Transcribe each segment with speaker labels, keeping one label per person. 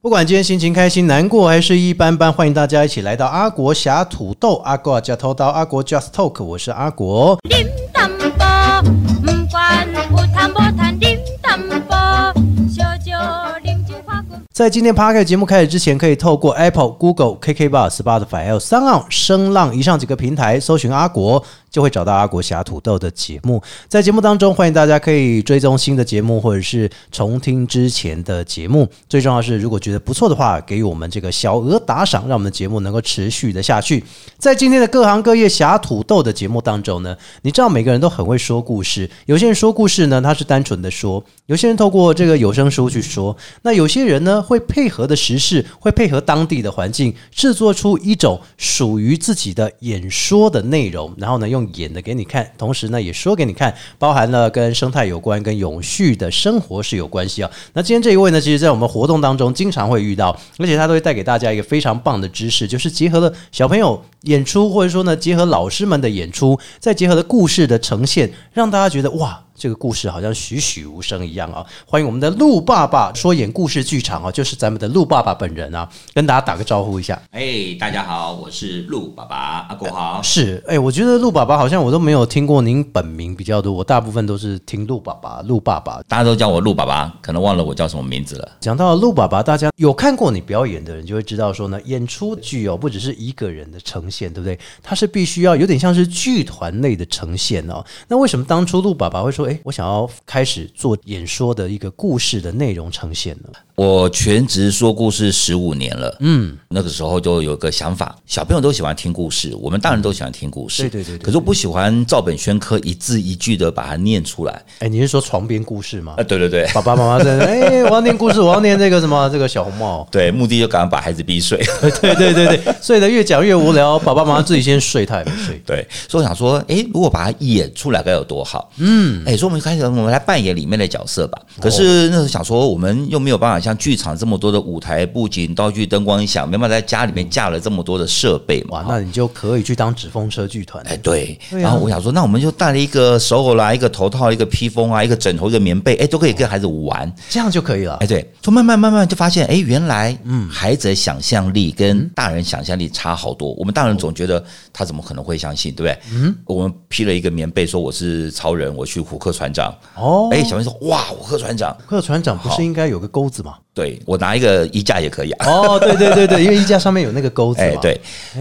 Speaker 1: 不管今天心情开心、难过还是一般般，欢迎大家一起来到阿国侠土豆、阿国加偷刀、阿国 Just Talk，我是阿国。
Speaker 2: điểm tâm bò Ừm, quan u tham bò than điểm tâm bò cho cho điểm chữ khoa cùng
Speaker 1: 在今天 p a r k 节目开始之前，可以透过 Apple、Google、KKBox、Spotify 还有 s o n 声浪以上几个平台搜寻阿国，就会找到阿国侠土豆的节目。在节目当中，欢迎大家可以追踪新的节目，或者是重听之前的节目。最重要是，如果觉得不错的话，给予我们这个小额打赏，让我们的节目能够持续的下去。在今天的各行各业侠土豆的节目当中呢，你知道每个人都很会说故事，有些人说故事呢，他是单纯的说；有些人透过这个有声书去说；那有些人呢，会配合的时事，会配合当地的环境，制作出一种属于自己的演说的内容，然后呢，用演的给你看，同时呢，也说给你看，包含了跟生态有关、跟永续的生活是有关系啊。那今天这一位呢，其实在我们活动当中经常会遇到，而且他都会带给大家一个非常棒的知识，就是结合了小朋友演出，或者说呢，结合老师们的演出，再结合了故事的呈现，让大家觉得哇。这个故事好像栩栩如生一样啊！欢迎我们的陆爸爸说演故事剧场啊，就是咱们的陆爸爸本人啊，跟大家打个招呼一下。
Speaker 3: 哎、大家好，我是陆爸爸，阿国好。
Speaker 1: 是，哎、我觉得陆爸爸好像我都没有听过您本名比较多，我大部分都是听陆爸爸、陆爸爸。
Speaker 3: 大家都叫我陆爸爸，可能忘了我叫什么名字了。
Speaker 1: 讲到陆爸爸，大家有看过你表演的人就会知道说呢，演出具有不只是一个人的呈现，对不对？它是必须要有点像是剧团类的呈现哦。那为什么当初陆爸爸会说，哎，我想要开始做演说的一个故事的内容呈现呢？
Speaker 3: 我全职说故事十五年了，嗯，那个时候就有个想法，小朋友都喜欢听故事，我们大人都喜欢听故事，
Speaker 1: 对对对对
Speaker 3: 可是我不喜欢照本宣科，一字一句的把它念出来。
Speaker 1: 哎，你是说床边故事吗
Speaker 3: 啊、？对对对
Speaker 1: 爸爸妈妈在那，哎，我要念故事，我要念这个什么，这个小红帽。
Speaker 3: 对，目的就赶快把孩子逼睡。
Speaker 1: 对对对对，所以呢，越讲越无聊，爸爸妈妈自己先睡，他也没 睡。
Speaker 3: 对，所以我想说，诶，如果把它演出来该有多好。嗯，诶，所以我们就开始，我们来扮演里面的角色吧。可
Speaker 1: 哦
Speaker 3: 是那时候想说，我们又没有办法像剧场这么多的舞台布景、道具、灯光、音响，没办法在家里
Speaker 1: 嗯
Speaker 3: 面架了这么多的设备嘛。
Speaker 1: 哇，那你就可以去当纸风车剧团。
Speaker 3: 哎，对，
Speaker 1: 对啊
Speaker 3: 然后我想说，那我们就带了一个手偶啦，一个头套，一个披风啊，一个枕头，一个棉被，哎，都可以跟孩子玩。
Speaker 1: 这样就可以了
Speaker 3: 哎，。对，就慢慢慢慢就发现，哎，原来嗯，孩子的想象力跟大人想象力差好多。我们大人总觉得他怎么可能会相信，对不对？嗯，我们披了一个棉被，说我是超人，我去虎克船长。
Speaker 1: 哦，
Speaker 3: 哎，小朋友说，哇，虎克船长，
Speaker 1: 客船长不是应该有个钩子吗？
Speaker 3: 对我拿一个衣架也可以啊。
Speaker 1: 哦，对对对对，因为衣架上面有那个钩子嘛。
Speaker 3: 哎，，对，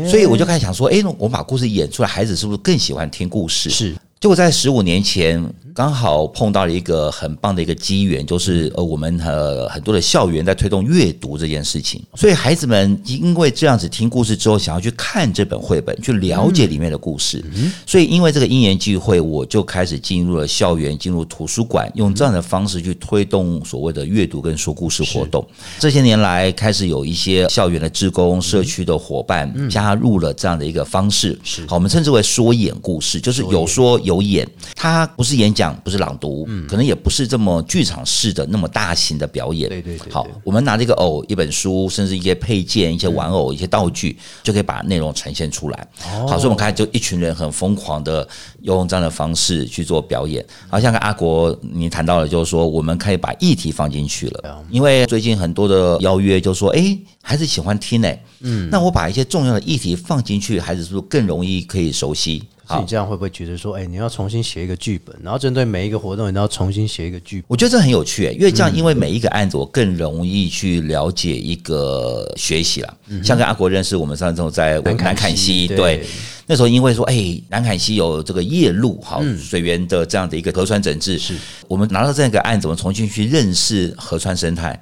Speaker 3: 所以我就开始想说，哎，那我把故事演出来，孩子是不是更喜欢听故事？
Speaker 1: 是
Speaker 3: 结果在十五年前，刚好碰到了一个很棒的一个机缘，就是呃，我们呃很多的校园在推动阅读这件事情，所以孩子们因为这样子听故事之后，想要去看这本绘本，去了解里面的故事，所以因为这个因缘际会，我就开始进入了校园，进入图书馆，
Speaker 1: 嗯
Speaker 3: 用这样的方式去推动所谓的阅读跟说故事活动。这些年来，开始有一些校园的志
Speaker 1: 嗯
Speaker 3: 工、社区的伙伴加入了这样的一个方式，
Speaker 1: 是
Speaker 3: 好，我们称之为说演故事，就是有说有演，它不是演讲，不是朗读，
Speaker 1: 嗯
Speaker 3: 可能也不是这么剧场式的那么大型的表演。
Speaker 1: 对对对对
Speaker 3: 好，我们拿这个偶、一本书，甚至一些配件、一些玩偶、一些道具，就可以把内容呈现出来。好，所以我们开始就一群人很疯狂的用这样的方式去做表演。好，像跟阿国你谈到了，就是说我们可以把议题放进去了，因为最近很多的邀约就说，诶，孩子喜欢听诶，嗯，那我把一些重要的议题放进去，孩子是不是更容易可以熟悉？
Speaker 1: 所以你这样会不会觉得说，哎，你要重新写一个剧本，然后针对每一个活动，你都要重新写一个剧本？
Speaker 3: 我觉得这很有趣耶，因为这样，因为每一个案子，我更容易去了解一个学习了。像跟阿国认识，我们上次有在
Speaker 1: 南坎
Speaker 3: 嗯南坎
Speaker 1: 西
Speaker 3: 西，
Speaker 1: 对
Speaker 3: 对，那时候因为说，哎，南坎西有这个夜路，好水源的这样的一个河川整治，嗯是我们拿到这样一个案子，我们重新去认识河川生态。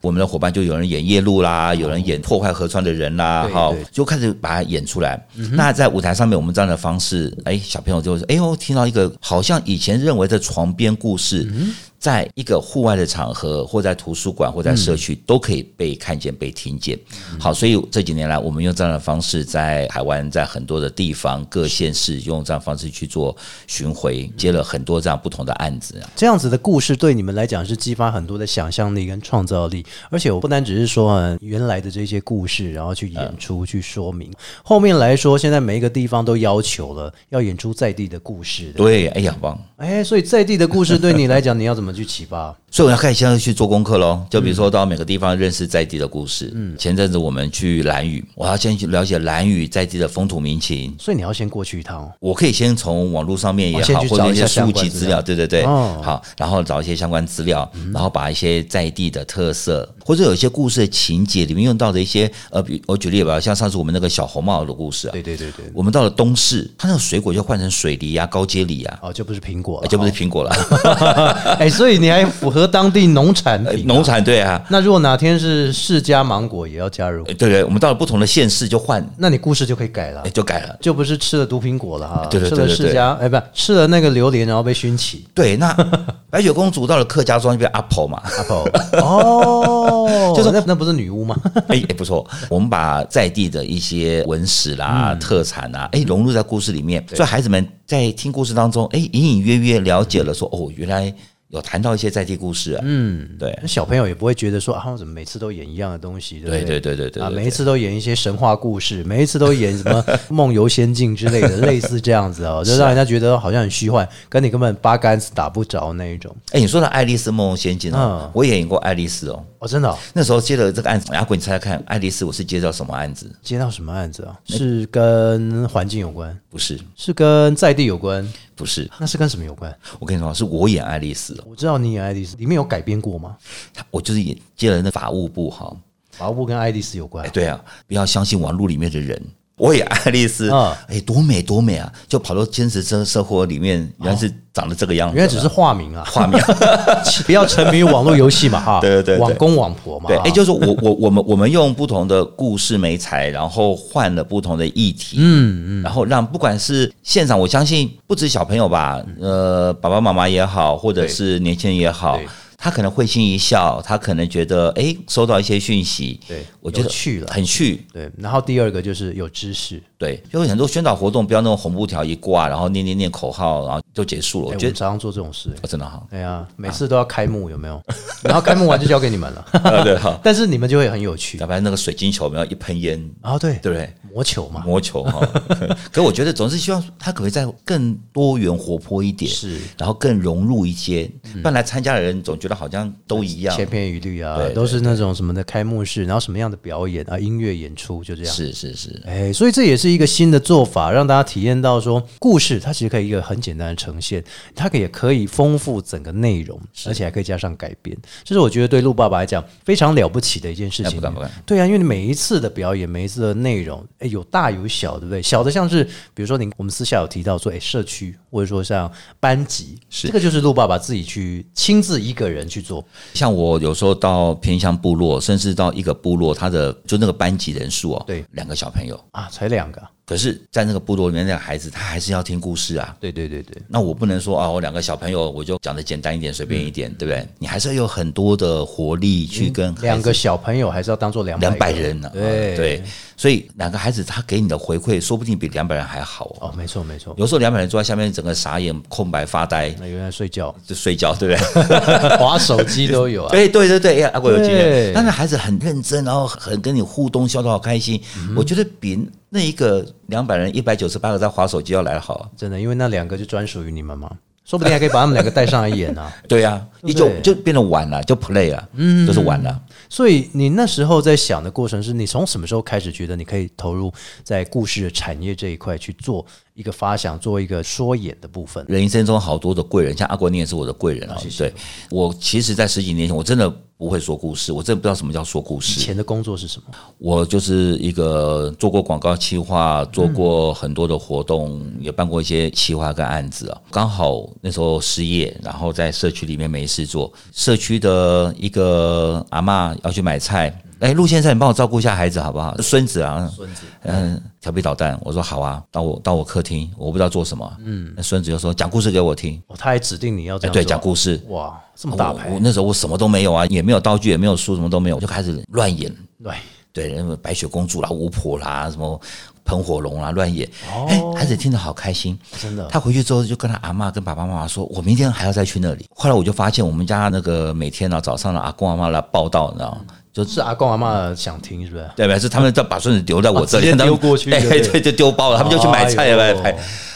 Speaker 3: 我们的伙伴就有人演夜路啦，有人演破坏河川的人啦
Speaker 1: 哦对，
Speaker 3: 好
Speaker 1: 对，嗯
Speaker 3: 就开始把它演出来。那在舞台上面，我们这样的方式，哎，小朋友就是，哎呦，听到一个好像以前认为的床边故事，
Speaker 1: 嗯
Speaker 3: 在一个户外的场合，或在图书馆，或在社区，都可以被看见、被听见。
Speaker 1: 嗯
Speaker 3: 好，所以这几年来，我们用这样的方式，在台湾，在很多的地方、各县市，用这样的方式去做巡回，
Speaker 1: 嗯
Speaker 3: 接了很多这样不同的案子啊。
Speaker 1: 这样子的故事对你们来讲是激发很多的想象力跟创造力，而且我不单只是说呃原来的这些故事，然后去演出、去说明。后面来说，现在每一个地方都要求了要演出在地的故事的，
Speaker 3: 对，哎呀，很棒。
Speaker 1: 哎，所以在地的故事对你来讲，你要怎么去启发？
Speaker 3: 所以我要开始现在去做功课喽。就比如说到每个地方认识在地的故事。嗯，前阵子我们去兰屿，我要先去了解兰屿在地的风土民情。
Speaker 1: 所以你要先过去一趟哦。
Speaker 3: 我可以先从网络上面也
Speaker 1: 哦先
Speaker 3: 好，
Speaker 1: 去
Speaker 3: 或
Speaker 1: 找
Speaker 3: 者
Speaker 1: 一
Speaker 3: 一
Speaker 1: 下
Speaker 3: 些
Speaker 1: 相
Speaker 3: 书
Speaker 1: 关
Speaker 3: 籍
Speaker 1: 资
Speaker 3: 资
Speaker 1: 料
Speaker 3: 料，对对对，
Speaker 1: 哦
Speaker 3: 好，然后找一些相关资料，然后把一些在地的特色，或者有一些故事的情节里面用到的一些，呃，比我举例吧，像上次我们那个小红帽的故事啊，
Speaker 1: 对对对对，
Speaker 3: 我们到了东市，它那个水果就换成水梨啊、高阶梨啊，
Speaker 1: 哦，就不是苹果了，
Speaker 3: 就不是
Speaker 1: 哦
Speaker 3: 苹果了，
Speaker 1: 哎，所以你还符合当地农产品啊、
Speaker 3: 农产对啊，
Speaker 1: 那如果哪天是释迦芒果，也要加入，
Speaker 3: 对对，我们到了不同的县市就换，
Speaker 1: 那你故事就可以改了
Speaker 3: 哎，。就改了。
Speaker 1: 就不是吃了毒苹果了哈，
Speaker 3: 对对对
Speaker 1: 吃
Speaker 3: 对
Speaker 1: 了释
Speaker 3: 对
Speaker 1: 迦，哎，不吃了那个榴莲，然后被熏起
Speaker 3: 对， 那白雪公主到了客家庄就变阿婆嘛，
Speaker 1: ，apple，哦，
Speaker 3: 就是
Speaker 1: 那那不是女巫吗？
Speaker 3: 哎、哎不错，我们把在地的一些文史啦、
Speaker 1: 嗯
Speaker 3: 特产啊，哎、融入在故事里面，所以孩子们在听故事当中，哎、隐隐约约了解了说，哦，原来有谈到一些在地故事啊，嗯，对，
Speaker 1: 那小朋友也不会觉得说啊，我怎么每次都演一样的东西，对不
Speaker 3: 对
Speaker 1: 对
Speaker 3: 对对对对
Speaker 1: 啊，
Speaker 3: 对
Speaker 1: 每一次都演一些神话故事，每一次都演什 么梦游仙境之类的，类似这样子哦，就让人家觉得好像很虚幻，跟你根本八竿子打不着那一种。
Speaker 3: 哎、你说到《爱丽丝梦游仙境》哦
Speaker 1: 嗯，
Speaker 3: 我也演过爱丽丝哦，
Speaker 1: 哦，真的哦、
Speaker 3: 那时候接了这个案子，阿滚，你猜猜看，爱丽丝我是接到什么案子？
Speaker 1: 接到什么案子啊？是跟环境有关，
Speaker 3: 不是，
Speaker 1: 是跟在地有关，
Speaker 3: 不是，
Speaker 1: 那是跟什么有关？
Speaker 3: 我跟你说，是我演爱丽丝哦，
Speaker 1: 我知道你演爱丽丝，里面有改编过吗？
Speaker 3: 我就是演接了那法务部哈、
Speaker 1: 法务部跟爱丽丝有关
Speaker 3: 哎，，对啊，不要相信网络里面的人。我也爱丽丝，
Speaker 1: 嗯
Speaker 3: 哎，多美多美啊！就跑到真实生生活里面，原来是长得这个样子啊，
Speaker 1: 哦原来只是化名 啊，
Speaker 3: 画 面。
Speaker 1: 不要沉迷于网络游戏嘛哈，
Speaker 3: 对对对对
Speaker 1: 网公网婆嘛，
Speaker 3: 对，
Speaker 1: 哈
Speaker 3: 哎，就是我我我们我们用不同的故事媒材，然后换了不同的议题，嗯嗯，然后让不管是现场，我相信不止小朋友吧，呃，爸爸妈妈也好，或者
Speaker 1: 嗯对
Speaker 3: 是年轻人也好
Speaker 1: 对，
Speaker 3: 他可能会心一笑，他可能觉得哎，收到一些讯息，
Speaker 1: 对
Speaker 3: 我觉
Speaker 1: 有
Speaker 3: 得
Speaker 1: 趣了
Speaker 3: 很趣，
Speaker 1: 对。然后第二个就是有知识，
Speaker 3: 对，因为很多宣导活动，不要那种红布条一挂，然后念念念口号，然后就结束了。
Speaker 1: 哎
Speaker 3: 我
Speaker 1: 我
Speaker 3: 觉
Speaker 1: 们
Speaker 3: 得、
Speaker 1: 常常做这种 事。哎
Speaker 3: 哦真的好
Speaker 1: ，哎呀，每次都要开幕，有没 有？然后开幕完就交给你们了，
Speaker 3: 啊对 哈，
Speaker 1: 但是你们就会很有趣
Speaker 3: 要。不然那个水晶球我们要一喷烟，
Speaker 1: 啊，对，
Speaker 3: 对不对？
Speaker 1: 魔球嘛，
Speaker 3: 魔球哈，可我觉得总是希望他可不可以再更多元活泼一点，
Speaker 1: 是
Speaker 3: 然后更融入一些，不然来参加的人总觉得好像都一样
Speaker 1: 千。篇一律啊
Speaker 3: 对，对
Speaker 1: 都是那种什么的开幕式，然后什么样的表演啊，音乐演出就这样。
Speaker 3: 是是是，
Speaker 1: 哎，所以这也是一个新的做法，让大家体验到说，故事它其实可以一个很简单的呈现，它可以也可以丰富整个内容，而且还可以加上改编。这是我觉得对陆爸爸来讲非常了不起的一件事
Speaker 3: 哎
Speaker 1: 情。
Speaker 3: 不敢不敢
Speaker 1: 对啊，因为你每一次的表演，每一次的内容，哎，有大有小，对不对？小的像是比如说您我们私下有提到说，哎，社区或者说像班级，
Speaker 3: 是
Speaker 1: 这个就是陆爸爸自己去亲自一个人去做。
Speaker 3: 像我有时候到偏向部落，甚至到一个部落，他的就那个班级人数哦，
Speaker 1: 对
Speaker 3: 两个小朋友，
Speaker 1: 啊，才两个啊，
Speaker 3: 可是，在那个部落里面，那个孩子他还是要听故事啊。
Speaker 1: 对对对对，
Speaker 3: 那我不能说啊，我两个小朋友我就讲的简单一点，随便
Speaker 1: 嗯
Speaker 3: 一点，对不对？你还是要有很多的活力去跟孩
Speaker 1: 两
Speaker 3: 子
Speaker 1: 个小朋友还是要当做两
Speaker 3: 两
Speaker 1: 百
Speaker 3: 百人呢、啊，
Speaker 1: 对
Speaker 3: 对，所以两个孩子他给你的回馈，说不定比两百人还好哦。
Speaker 1: 哦，没错没错。
Speaker 3: 有时候两百人坐在下面，整个傻眼、空白、发呆，
Speaker 1: 那原来睡觉、
Speaker 3: 就睡觉，对不对？
Speaker 1: 划手机都有啊。
Speaker 3: 哎，对对对，哎，阿国有经
Speaker 1: 对
Speaker 3: 验。但是孩子很认真，然后很跟你互动，笑得好开心。
Speaker 1: 嗯
Speaker 3: 我觉得比那一个两百人、一百九十八个在划手机要来得好啊。
Speaker 1: 真的，因为那两个就专属于你们嘛，说不定还可以把他们两个带上来演 啊。
Speaker 3: 对呀、啊，
Speaker 1: 对
Speaker 3: 你
Speaker 1: 不对
Speaker 3: 就就变得玩了，就 play 了，嗯，就是玩了。
Speaker 1: 所以你那时候在想的过程是，你从什么时候开始觉得你可以投入在故事的产业这一块去做一个发想，做一个说演的部分？
Speaker 3: 人一生中好多的贵人，像阿国，你也是我的贵人啊。对，我其实，在十几年前，我真的不会说故事，我真的不知道什么叫说故
Speaker 1: 以
Speaker 3: 事。
Speaker 1: 前的工作是什么？
Speaker 3: 我就是一个做过广告企划，做过很多的活动，也办过一些企划跟案子啊。刚好那时候失业，然后在社区里面没事做，社区的一个阿嬷要去买菜。哎，陆先生，你帮我照顾一下孩子好不好？孙子啊，孙子，嗯，调皮捣蛋。我说好啊，到我到我客厅，我不知道做什么。嗯，那孙子就说讲故事给我听。
Speaker 1: 哦，他还指定你要这
Speaker 3: 哎，
Speaker 1: 样、
Speaker 3: 对，讲。故事。
Speaker 1: 哇，这么大
Speaker 3: 我
Speaker 1: 牌
Speaker 3: 我，那时候我什么都没有啊，也没有道具，也没有书，什么都没有，我就开始乱演。
Speaker 1: 对，
Speaker 3: 对，那么白雪公主啦、巫婆啦、什么喷火龙啦、乱演，
Speaker 1: 哦
Speaker 3: 哎、孩子听得好开心。
Speaker 1: 真的。
Speaker 3: 他回去之后就跟他阿嬷跟爸爸妈妈说：“我明天还要再去那里。”后来我就发现，我们家那个每天呢、啊早上呢、阿公阿妈来报道，你知道吗？
Speaker 1: 就是阿公阿妈想听是不是？
Speaker 3: 对吧？是他们在把孙子丢在我这里，
Speaker 1: 哦直接
Speaker 3: 他们
Speaker 1: 丢过去
Speaker 3: 哎
Speaker 1: 对不对
Speaker 3: 对，就丢包了，他们就去买菜
Speaker 1: 哎呦
Speaker 3: 了。哎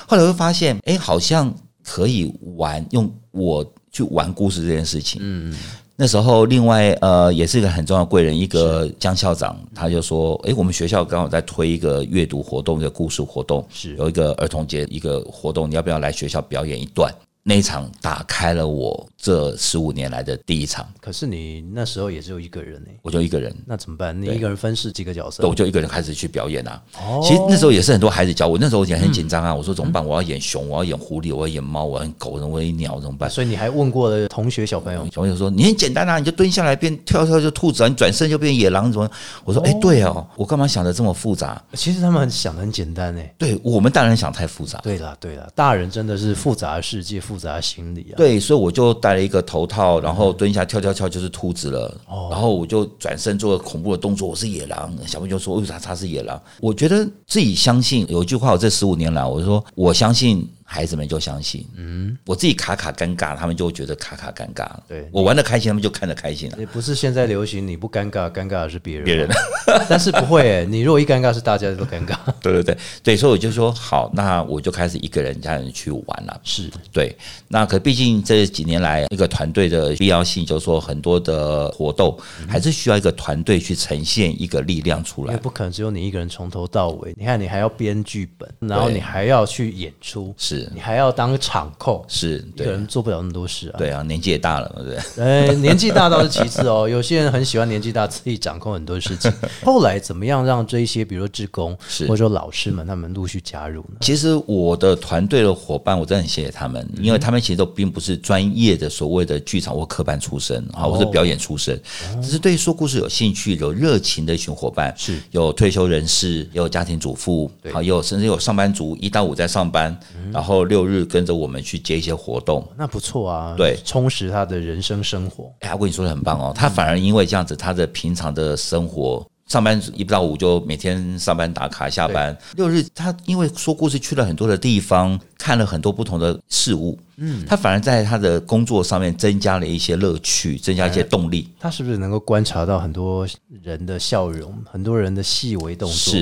Speaker 3: 后来我就发现，哎，好像可以玩，用我去玩故事这件事情。嗯，那时候另外呃也是一个很重要的贵人，一个江校长，他就说，诶，我们学校刚好在推一个阅读活动，一个故事活动，
Speaker 1: 是
Speaker 3: 有一个儿童节一个活动，你要不要来学校表演一段？那一场打开了我这十五年来的第一场，
Speaker 1: 可是你那时候也只有一个人呢、
Speaker 3: 我就一个人
Speaker 1: 那怎么办？你
Speaker 3: 对
Speaker 1: 一个人分饰几个角色？
Speaker 3: 对，我就一个人开始去表演啊。
Speaker 1: 哦
Speaker 3: 其实那时候也是很多孩子教我，那时候我也很紧张啊。我说怎么办？我要演熊，我要演狐狸，我要演猫，我要演狗，我要演鸟，怎么办？
Speaker 1: 所以你还问过了同学小朋友，
Speaker 3: 小朋友说：“你很简单啊，你就蹲下来变跳跳就兔子啊，你转身就变野狼，怎么？”我说：“哎、对哦，我干嘛想的这么复杂？
Speaker 1: 其实他们想的很简单呢、
Speaker 3: 对我们大人想太复杂。
Speaker 1: 对啦，对啦，大人真的是复杂的世界，复杂的心理啊。
Speaker 3: 对，所以我就戴了一个头套，然后蹲下跳跳跳就是兔子了，然后我就转身做个恐怖的动作，我是野狼。小朋友就说：“为啥他是野狼？”我觉得自己相信有一句话，我这十五年来，我就说我相信孩子们就相信，嗯，我自己卡卡尴尬，他们就会觉得卡卡尴尬。
Speaker 1: 对
Speaker 3: 我玩的开心，他们就看得开心啊了。
Speaker 1: 也不是现在流行，你不尴尬，尴尬的是别人。
Speaker 3: 别人，
Speaker 1: 但是不会、欸，你如果一尴尬，是大家都尴尬。
Speaker 3: 对对对对，所以我就说好，那我就开始一个人家人去玩了。
Speaker 1: 是，
Speaker 3: 对，那可毕竟这几年来，一个团队的必要性，就是说很多的活动还是需要一个团队去呈现一个力量出
Speaker 1: 因
Speaker 3: 来
Speaker 1: 为。不可能只有你一个人从头到尾。你看，你还要编剧本，然后
Speaker 3: 对
Speaker 1: 你还要去演出，
Speaker 3: 是
Speaker 1: 你还要当场控，
Speaker 3: 是，
Speaker 1: 一个
Speaker 3: 对
Speaker 1: 人做不了那么多事啊。
Speaker 3: 对啊，年纪也大了，对不对？
Speaker 1: 呃，年纪大倒是其次哦，有 些人很喜欢年纪大自己掌控很多事 情。后来怎么样让这一些，比如说志工
Speaker 3: 是
Speaker 1: 或者说老师们，他们陆续加入呢？嗯
Speaker 3: 其实我的团队的伙伴，我真的很谢谢他们，因为他们其实都并不是专业的所谓的剧场或科班出身，
Speaker 1: 哦
Speaker 3: 啊，我是表演出身，只是对说故事有兴趣、有热情的一群伙伴，
Speaker 1: 是
Speaker 3: 有退休人士，也有家庭主妇，
Speaker 1: 对嗯
Speaker 3: 好，也有甚至有上班族，一到五在上班，然后六日跟着我们去接一些活动。
Speaker 1: 那不错啊，
Speaker 3: 对
Speaker 1: 充实他的人生生活。
Speaker 3: 哎，阿贵，你说的很棒哦。他反而因为这样子，他的平常的生活，上班一不到五就每天上班打卡，下班六日，他因为说故事去了很多的地方，看了很多不同的事物，嗯，他反而在他的工作上面增加了一些乐趣，增加一
Speaker 1: 哎
Speaker 3: 些动力。
Speaker 1: 他是不是能够观察到很多人的笑容，很多人的细微动作？哎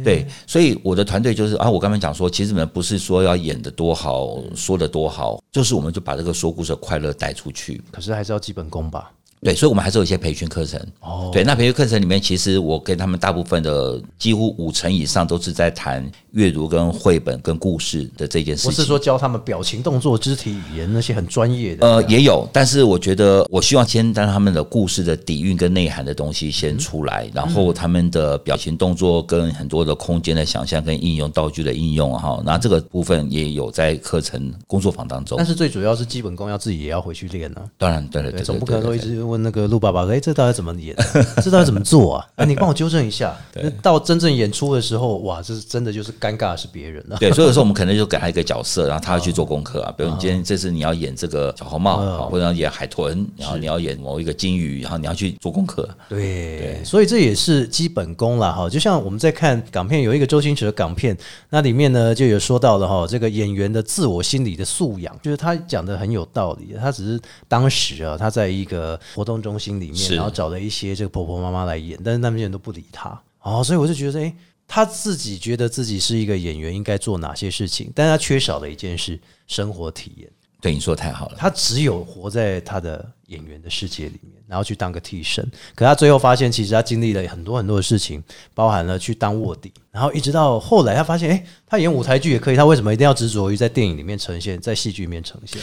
Speaker 3: 是，对，所以我的团队就是啊，我刚才讲说，其实你们不是说要演的多好，
Speaker 1: 嗯
Speaker 3: 说的多好，就是我们就把这个说故事的快乐带出去。
Speaker 1: 可是还是要基本功吧。
Speaker 3: 对，所以我们还是有一些培训课程。
Speaker 1: 哦
Speaker 3: 对，那培训课程里面，其实我跟他们大部分的几乎五成以上都是在谈阅读、跟绘本、跟故事的这件事
Speaker 1: 不
Speaker 3: 情。
Speaker 1: 是说教他们表情、动作、肢体语言那些很专业的。
Speaker 3: 呃，也有，但是我觉得我希望先让他们的故事的底蕴跟内涵的东西
Speaker 1: 嗯
Speaker 3: 先出来，然后他们的表情、动作跟很多的空间的想象跟应用、道具的应用哈，那这个部分也有在课程工作坊当中
Speaker 1: 但。是最主要是基本功要自己也要回去练啊。
Speaker 3: 当然，对对
Speaker 1: 对，
Speaker 3: 对对，
Speaker 1: 总不可能
Speaker 3: 对
Speaker 1: 说
Speaker 3: 对
Speaker 1: 一直问那个陆爸爸，哎，这到底怎么演啊？ 这到底怎么做啊？哎，你帮我纠正一 下。那到真正演出的时候，哇，这是真的就是尴尬的是别 人了。啊
Speaker 3: 对，所以有时候我们可能就给他一个角色，然后他要去做功课啊。比如你今天这次你要演这个小红帽，啊或者要演海豚，然后你要演某一个金鱼，然后你要去做功课。
Speaker 1: 对，所以这也是基本功啦哈。就像我们在看港片，有一个周星驰的港片，那里面呢就有说到了哈，这个演员的自我心理的素养，就是他讲的很有道理。他只是当时啊，他在一个活动中心里面，
Speaker 3: 是
Speaker 1: 然后找了一些这个婆婆妈妈来演，但是那边人都不理他哦，所以我就觉得诶，他自己觉得自己是一个演员，应该做哪些事情，但他缺少了一件事：生活体验。
Speaker 3: 对，你说的太好了。
Speaker 1: 他只有活在他的演员的世界里面，然后去当个替身。可他最后发现，其实他经历了很多很多的事情，包含了去当卧底，然后一直到后来，他发现，哎、他演舞台剧也可以，他为什么一定要执着于在电影里面呈现，在戏剧里面呈现？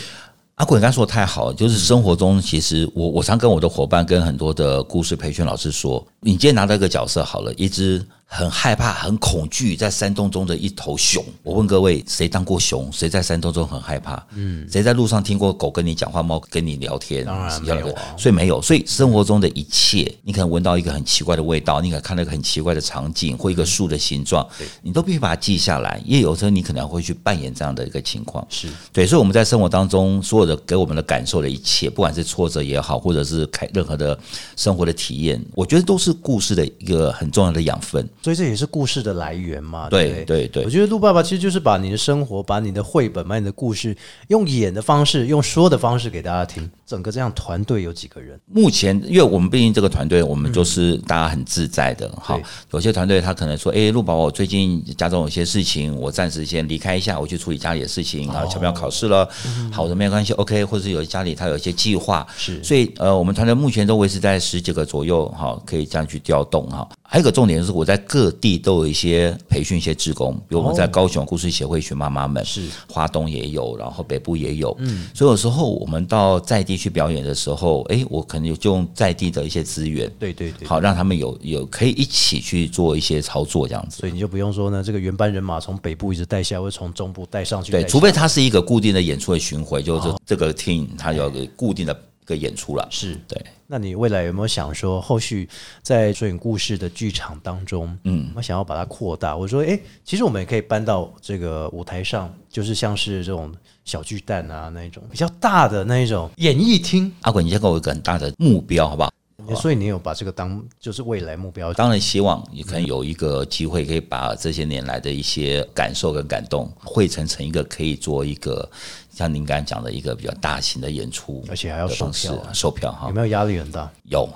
Speaker 3: 阿滚刚才说的太好了，
Speaker 1: 嗯
Speaker 3: 就是生活中其实我我常跟我的伙伴跟很多的故事培训老师说，你今天拿到一个角色好了，一只很害怕、很恐惧在山洞中的一头熊。我问各位，谁当过熊？谁在山洞中很害怕？嗯，谁在路上听过狗跟你讲话、猫跟你聊天？
Speaker 1: 当然
Speaker 3: 要
Speaker 1: 没有啊
Speaker 3: 所以没有，所以生活中的一切，你可能闻到一个很奇怪的味道，你可能看到一个很奇怪的场景或一
Speaker 1: 嗯
Speaker 3: 个树的形状，你都必须把它记下来。因为有时候你可能会去扮演这样的一个情况。
Speaker 1: 是
Speaker 3: 对，所以我们在生活当中所有的给我们的感受的一切，不管是挫折也好，或者是开任何的生活的体验，我觉得都是故事的一个很重要的养分。
Speaker 1: 所以这也是故事的来源嘛。
Speaker 3: 对
Speaker 1: 不
Speaker 3: 对对
Speaker 1: 我觉得陆爸爸其实就是把你的生活、把你的绘本、把你的故事，用演的方式、用说的方式给大家听。整个这样团队有几个人？
Speaker 3: 目前，因为我们毕竟这个团队，我们就是大家很自在的。好、
Speaker 1: 嗯对
Speaker 3: 有些团队他可能说：“哎、陆宝，我最近家中有些事情，我暂时先离开一下，我去处理家里的事
Speaker 1: 哦
Speaker 3: 情啊，小朋友考试了，好的没有关系，OK。”或者是有家里他有一些计划，
Speaker 1: 嗯是
Speaker 3: 所以呃，我们团队目前都维持在十几个左右，哈，可以这样去调动哈。还有一个重点就是，我在各地都有一些培训一些职工，比如我
Speaker 1: 哦
Speaker 3: 们在高雄故事协会选妈妈们，
Speaker 1: 是
Speaker 3: 华东也有，然后北部也有，嗯，所以有时候我们到在地去表演的时候，诶，我可能就用在地的一些资源，
Speaker 1: 对对对，
Speaker 3: 好让他们有有可以一起去做一些操作这样子。
Speaker 1: 所以你就不用说呢，这个原班人马从北部一直带下来，或者从中部带上去。
Speaker 3: 对，哦
Speaker 1: 带下
Speaker 3: 除非它是一个固定的演出的巡回，就是这个 team 它有一个固定的一个演出了，
Speaker 1: 是，
Speaker 3: 对。
Speaker 1: 那你未来有没有想说，后续在摄影故事的剧场当中，嗯，我想要把它扩大？我说，哎、其实我们也可以搬到这个舞台上，就是像是这种小巨蛋啊那一种比较大的那一种演艺厅。
Speaker 3: 阿滚，你先给我一个很大的目标，好不好？
Speaker 1: 所以你有把这个当就是未来目标？
Speaker 3: 当然希望你可能有一个机会，可以把这些年来的一些感受跟感动汇成成一个可以做一个像您刚才讲的一个比较大型的演出，
Speaker 1: 而且还要售票啊
Speaker 3: 售票哈
Speaker 1: 有，没有压力很大？
Speaker 3: 有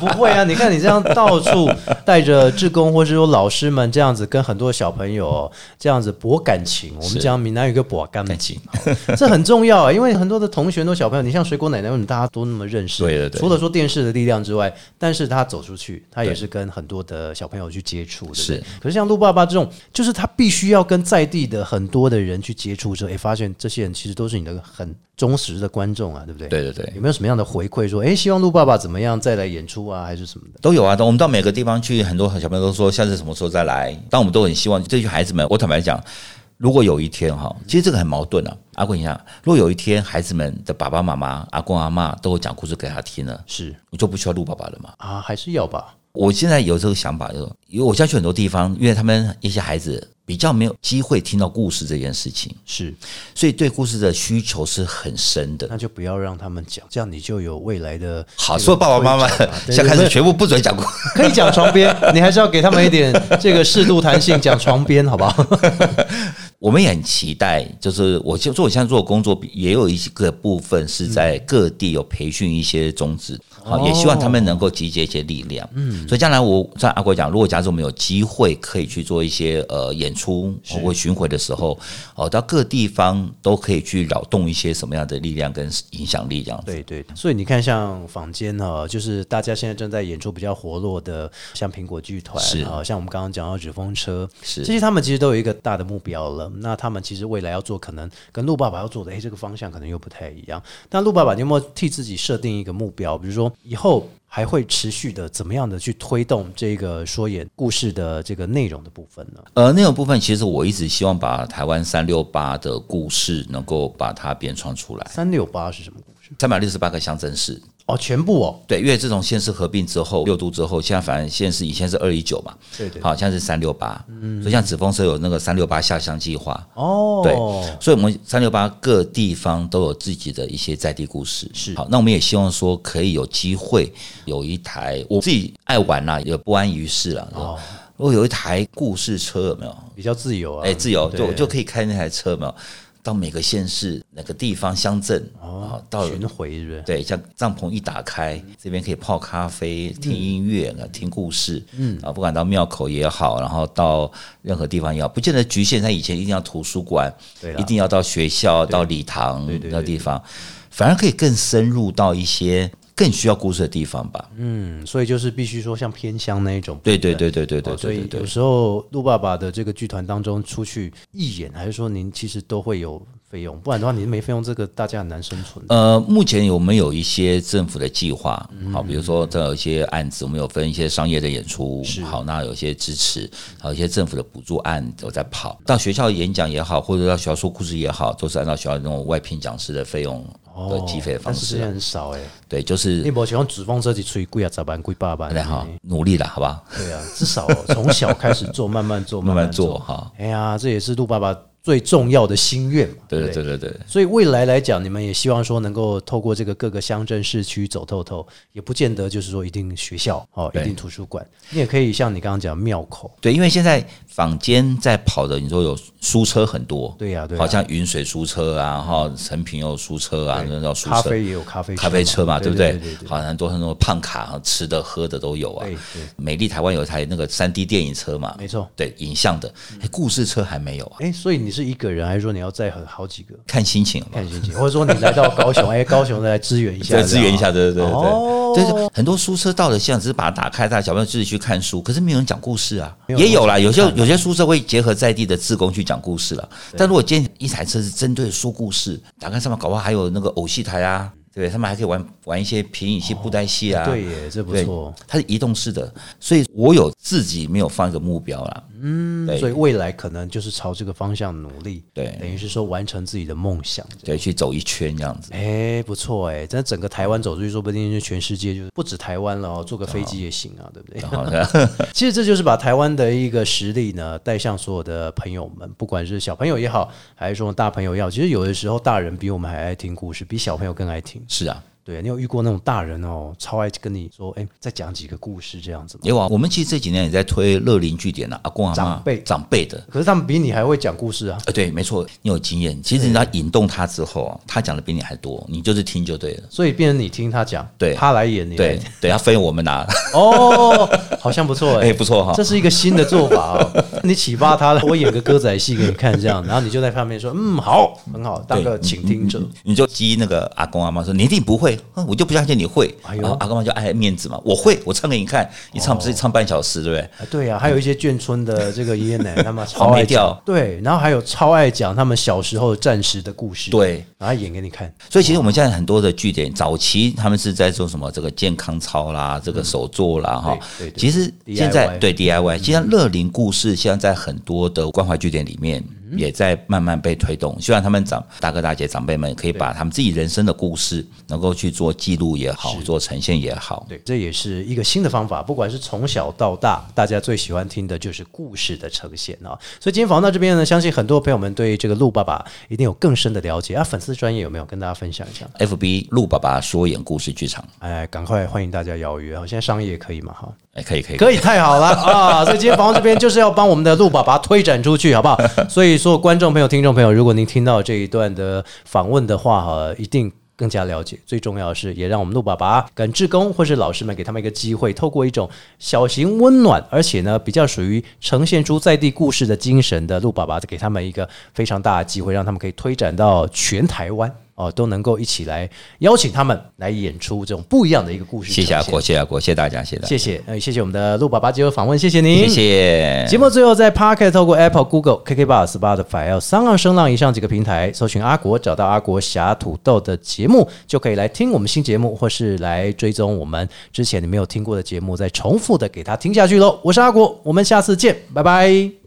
Speaker 1: 不会啊，你看你这样到处带着志工或是说老师们这样子跟很多小朋友哦这样子博感情，我们
Speaker 3: 是
Speaker 1: 讲闽南语叫博感
Speaker 3: 感
Speaker 1: 情，
Speaker 3: 情，
Speaker 1: 这很重要啊，因为很多的同学都小朋友，你像水果奶奶，为什么大家都那么认识？
Speaker 3: 对对对
Speaker 1: 除了说电视的力量之外，但是他走出去，他也是跟很多的小朋友去接触，对不对
Speaker 3: 是。
Speaker 1: 可是像陆爸爸这种，就是他必须要跟在地的很多的人去接触之后，哎，发现这些人其实都是你的很忠实的观众啊，对不对？
Speaker 3: 对对对。
Speaker 1: 有没有什么样的回馈说，哎，希望陆爸爸怎么样再来演出啊，还是什么的？
Speaker 3: 都有啊，我们到每个地方去，很多小朋友都说下次什么时候再来。但我们都很希望这些孩子们，我坦白讲，如果有一天哈，其实这个很矛盾啊。阿公，你想，如果有一天孩子们的爸爸妈妈、阿公阿妈都有讲故事给他听了，
Speaker 1: 是
Speaker 3: 我就不需要录爸爸了嘛。
Speaker 1: 啊，还是要吧？
Speaker 3: 我现在有这个想法，就是因为我现在去很多地方，因为他们一些孩子比较没有机会听到故事这件事情，
Speaker 1: 是，
Speaker 3: 所以对故事的需求是很深的。
Speaker 1: 那就不要让他们讲，这样你就有未来的
Speaker 3: 好，所有爸爸妈妈
Speaker 1: 啊对
Speaker 3: 现在开
Speaker 1: 有没
Speaker 3: 始
Speaker 1: 有
Speaker 3: 全部不准讲故
Speaker 1: 可以讲床边，你还是要给他们一点这个适度弹性，讲床边，好不好？
Speaker 3: 我们也很期待，就是我就做我现在做的工作，也有一个部分是在各地有培训一些宗旨，好、
Speaker 1: 哦
Speaker 3: 也希望他们能够集结一些力量。嗯，所以将来我像阿国讲，如果假设我们有机会可以去做一些呃演出或巡回的时候，哦，到各地方都可以去扰动一些什么样的力量跟影响力这样子。
Speaker 1: 对对，所以你看，像坊间哈、就是大家现在正在演出比较活络的，像苹果剧团
Speaker 3: 是
Speaker 1: 啊，像我们刚刚讲到纸风车，
Speaker 3: 是
Speaker 1: 这些他们其实都有一个大的目标了。那他们其实未来要做，可能跟陆爸爸要做的，哎，这个方向可能又不太一样。但陆爸爸，你有没有替自己设定一个目标？比如说以后还会持续的怎么样的去推动这个说演故事的这个内容的部分呢？
Speaker 3: 呃，那种部分其实我一直希望把台湾三六八的故事能够把它编创出来，
Speaker 1: 三六八是什么故事？
Speaker 3: 三百六十八个乡镇市，
Speaker 1: 哦，全部哦，
Speaker 3: 对，因为这种县市合并之后，六都之后，现在反正县市以前是二一九嘛，
Speaker 1: 对对嗯
Speaker 3: 好，现在是三六八，所以像紫峰社有那个三六八下乡计划，
Speaker 1: 哦，
Speaker 3: 对，所以我们三六八各地方都有自己的一些在地故事。
Speaker 1: 是
Speaker 3: 好，那我们也希望说可以有机会有一台，我自己爱玩啦、也不安于世啦。
Speaker 1: 哦
Speaker 3: 如果有一台故事车，有没有？
Speaker 1: 比较自由啊，
Speaker 3: 哎、自由，
Speaker 1: 对
Speaker 3: 就我就可以开那台车，有没有？到每个县市、哪个地方、乡镇，
Speaker 1: 哦
Speaker 3: 啊，到
Speaker 1: 巡回是不是？
Speaker 3: 对，像帐篷一打开，这边可以泡咖啡、听音乐、听故事，嗯啊，不管到庙口也好，然后到任何地方也好，不见得局限在以前一定要图书馆，
Speaker 1: 对啦
Speaker 3: 一定要到学校、到礼堂
Speaker 1: 对对
Speaker 3: 那
Speaker 1: 对
Speaker 3: 地方，反而可以更深入到一些更需要故事的地方吧。
Speaker 1: 嗯，所以就是必须说像偏乡那一种，
Speaker 3: 对对对对对对
Speaker 1: 哦所
Speaker 3: 对
Speaker 1: 以
Speaker 3: 对
Speaker 1: 有
Speaker 3: 对。
Speaker 1: 时候陆爸爸的这个剧团当中出去义演，还是说您其实都会有费用，不然的话您没费用，这个大家很难生存的。
Speaker 3: 呃，目前有没有一些政府的计划？
Speaker 1: 嗯
Speaker 3: 好，比如说这有一些案子，我们有分一些商业的演出，好，那有一些支持，还有一些政府的补助案有在跑。到学校演讲也好，或者到学校说故事也好，都是按照学校那种外聘讲师的费用的计费的方
Speaker 1: 哦但是
Speaker 3: 式
Speaker 1: 现
Speaker 3: 啊。
Speaker 1: 在很少哎、
Speaker 3: 对，就是
Speaker 1: 你不喜欢纸风车去吹贵啊，咋办？贵爸爸
Speaker 3: 大家好，努力了，好吧，
Speaker 1: 对啊，至少哦从小开始做，慢慢做，
Speaker 3: 慢
Speaker 1: 嗯慢
Speaker 3: 慢
Speaker 1: 做
Speaker 3: 做。哈。
Speaker 1: 哎呀，这也是陆爸爸最重要的心愿嘛。
Speaker 3: 对
Speaker 1: 不
Speaker 3: 对对对对，
Speaker 1: 所以未来来讲，你们也希望说能够透过这个各个乡镇、市区走透透，也不见得就是说一定学校哦，一
Speaker 3: 对
Speaker 1: 定图书馆，你也可以像你刚刚讲庙口，
Speaker 3: 对，因为现在坊间在跑的，你说有书车很多，
Speaker 1: 对啊呀、对呀、
Speaker 3: 好像云水书车啊，哈，成品有书车啊，那种书
Speaker 1: 咖
Speaker 3: 车。
Speaker 1: 啡也有咖啡
Speaker 3: 咖啡车嘛，对
Speaker 1: 对
Speaker 3: 不
Speaker 1: 对？
Speaker 3: 对
Speaker 1: 对？对
Speaker 3: 好，很多很多胖卡，吃的喝的都有啊
Speaker 1: 对。对
Speaker 3: 美丽台湾有一台那个三 D 电影车嘛，
Speaker 1: 没错。嗯
Speaker 3: 对，影像的，哎，故事车还没有啊，
Speaker 1: 哎，所以你是一个人，还是说你要载很好几个？
Speaker 3: 看心情好不好
Speaker 1: 看心情，或者说你来到高 雄，哎，高雄来支援一下，
Speaker 3: 再支援一下，
Speaker 1: 这样啊。
Speaker 3: 对对对
Speaker 1: 哦
Speaker 3: 对对，就是很多书车到了现在只是把它打开，大家小朋友自己去看书，可是没有人讲故事啊，
Speaker 1: 没有人
Speaker 3: 也有啦，有些有些书社会结合在地的志工去讲故事了，但如果今天一台车是针对说故事，打开上面搞不好还有那个偶戏台啊，对不对？他们还可以玩玩一些皮影戏、布袋戏啊，
Speaker 1: 哦对耶，这不
Speaker 3: 对
Speaker 1: 错。
Speaker 3: 它是移动式的，所以我有自己没有放一个目标啦，嗯，
Speaker 1: 所以
Speaker 3: 对
Speaker 1: 未来可能就是朝这个方向努力，
Speaker 3: 对
Speaker 1: 等于是说完成自己的梦想。
Speaker 3: 对，去走一圈 这样子。
Speaker 1: 哎，不错哎，真的整个台湾走出去，说不定就全世界，就是不止台湾了哦，坐个飞机也行啊，对不对？
Speaker 3: 然后呢
Speaker 1: 其实这就是把台湾的一个实力呢带向所有的朋友们，不管是小朋友也好，还是说大朋友也好，其实有的时候大人比我们还爱听故事，比小朋友更爱听。
Speaker 3: 是啊，
Speaker 1: 对，你有遇过那种大人哦，超爱跟你说，哎，再讲几个故事这样子吗？
Speaker 3: 有啊，我们其实这几年也在推乐龄据点啊，阿公阿妈
Speaker 1: 长辈
Speaker 3: 长辈的，
Speaker 1: 可是他们比你还会讲故事啊。
Speaker 3: 呃，对，没错，你有经验。其实你要引动他之后啊，他讲的比你还多，你就是听就对了。
Speaker 1: 所以变成你听他讲，
Speaker 3: 对
Speaker 1: 他来演你来
Speaker 3: 对
Speaker 1: 听，
Speaker 3: 对，他分我们拿，
Speaker 1: 哦，好像不错哎、
Speaker 3: 哎，不错哈
Speaker 1: 这。是一个新的做法 哦，你启发他了，我演个歌仔戏给你看，这样，然后你就在旁边说，嗯，好，很好，当个倾听者，
Speaker 3: 你就激那个阿公阿妈说你一定不会，哼我就不相信你会。
Speaker 1: 哎呦哦
Speaker 3: 然后阿公阿妈就爱面子嘛，我会，我唱给你看，一唱不是唱半小时，对不对？
Speaker 1: 啊，对呀、啊，还有一些眷村的这个爷爷奶 奶他们超
Speaker 3: 黄梅
Speaker 1: 爱讲
Speaker 3: 调，
Speaker 1: 对，然后还有超爱讲他们小时候战时的故事，，
Speaker 3: 对，
Speaker 1: 然后演给你看，
Speaker 3: 所以其实我们现在很多的据点，早期他们是在做什么这个健康操啦，这个手作啦哈
Speaker 1: 对对。对
Speaker 3: 其实现
Speaker 1: DIY
Speaker 3: 在对 DIY，现在乐龄故事现在在很多的关怀据点里面
Speaker 1: 嗯
Speaker 3: 也在慢慢被推动。希望他们长大哥大姐长辈们可以把他们自己人生的故事能够去做记录也好，做呈现也好。
Speaker 1: 对，这也是一个新的方法，不管是从小到大，大家最喜欢听的就是故事的呈现啊、所以今天访问到这边呢，相信很多朋友们对这个陆爸爸一定有更深的了解啊，粉丝专业有没有跟大家分享一下？
Speaker 3: FB 陆爸爸说演故事剧场，
Speaker 1: 哎，赶快欢迎大家邀约啊！现在商业可以嘛？哈，
Speaker 3: 哎，可以可以，
Speaker 1: 可以，太好了 啊！所以今天访问这边就是要帮我们的陆爸爸推展出去，好不好？ 所以所有观众朋友、听众朋友，如果您听到这一段的访问的话，哈，一定。更加了解，最重要的是，也让我们陆爸爸跟志工或是老师们给他们一个机会，透过一种小型温暖，而且呢比较属于呈现出在地故事的精神的陆爸爸，给他们一个非常大的机会，让他们可以推展到全台湾哦，都能够一起来邀请他们来演出这种不一样的一个故事呈
Speaker 3: 谢
Speaker 1: 现。
Speaker 3: 谢阿国，谢谢阿国，谢谢大家，谢谢大家
Speaker 1: 谢，谢，呃，谢谢我们的陆爸爸接受访问，谢谢您，
Speaker 3: 谢。谢。
Speaker 1: 节目最后，在 Pocket 透过 Apple、Google、KKBox、Spotify、L 三浪声浪以上几个平台搜寻阿国，找到阿国侠土豆的节目，就可以来听我们新节目，或是来追踪我们之前你没有听过的节目，再重复的给它听下去喽。我是阿国，我们下次见，拜拜。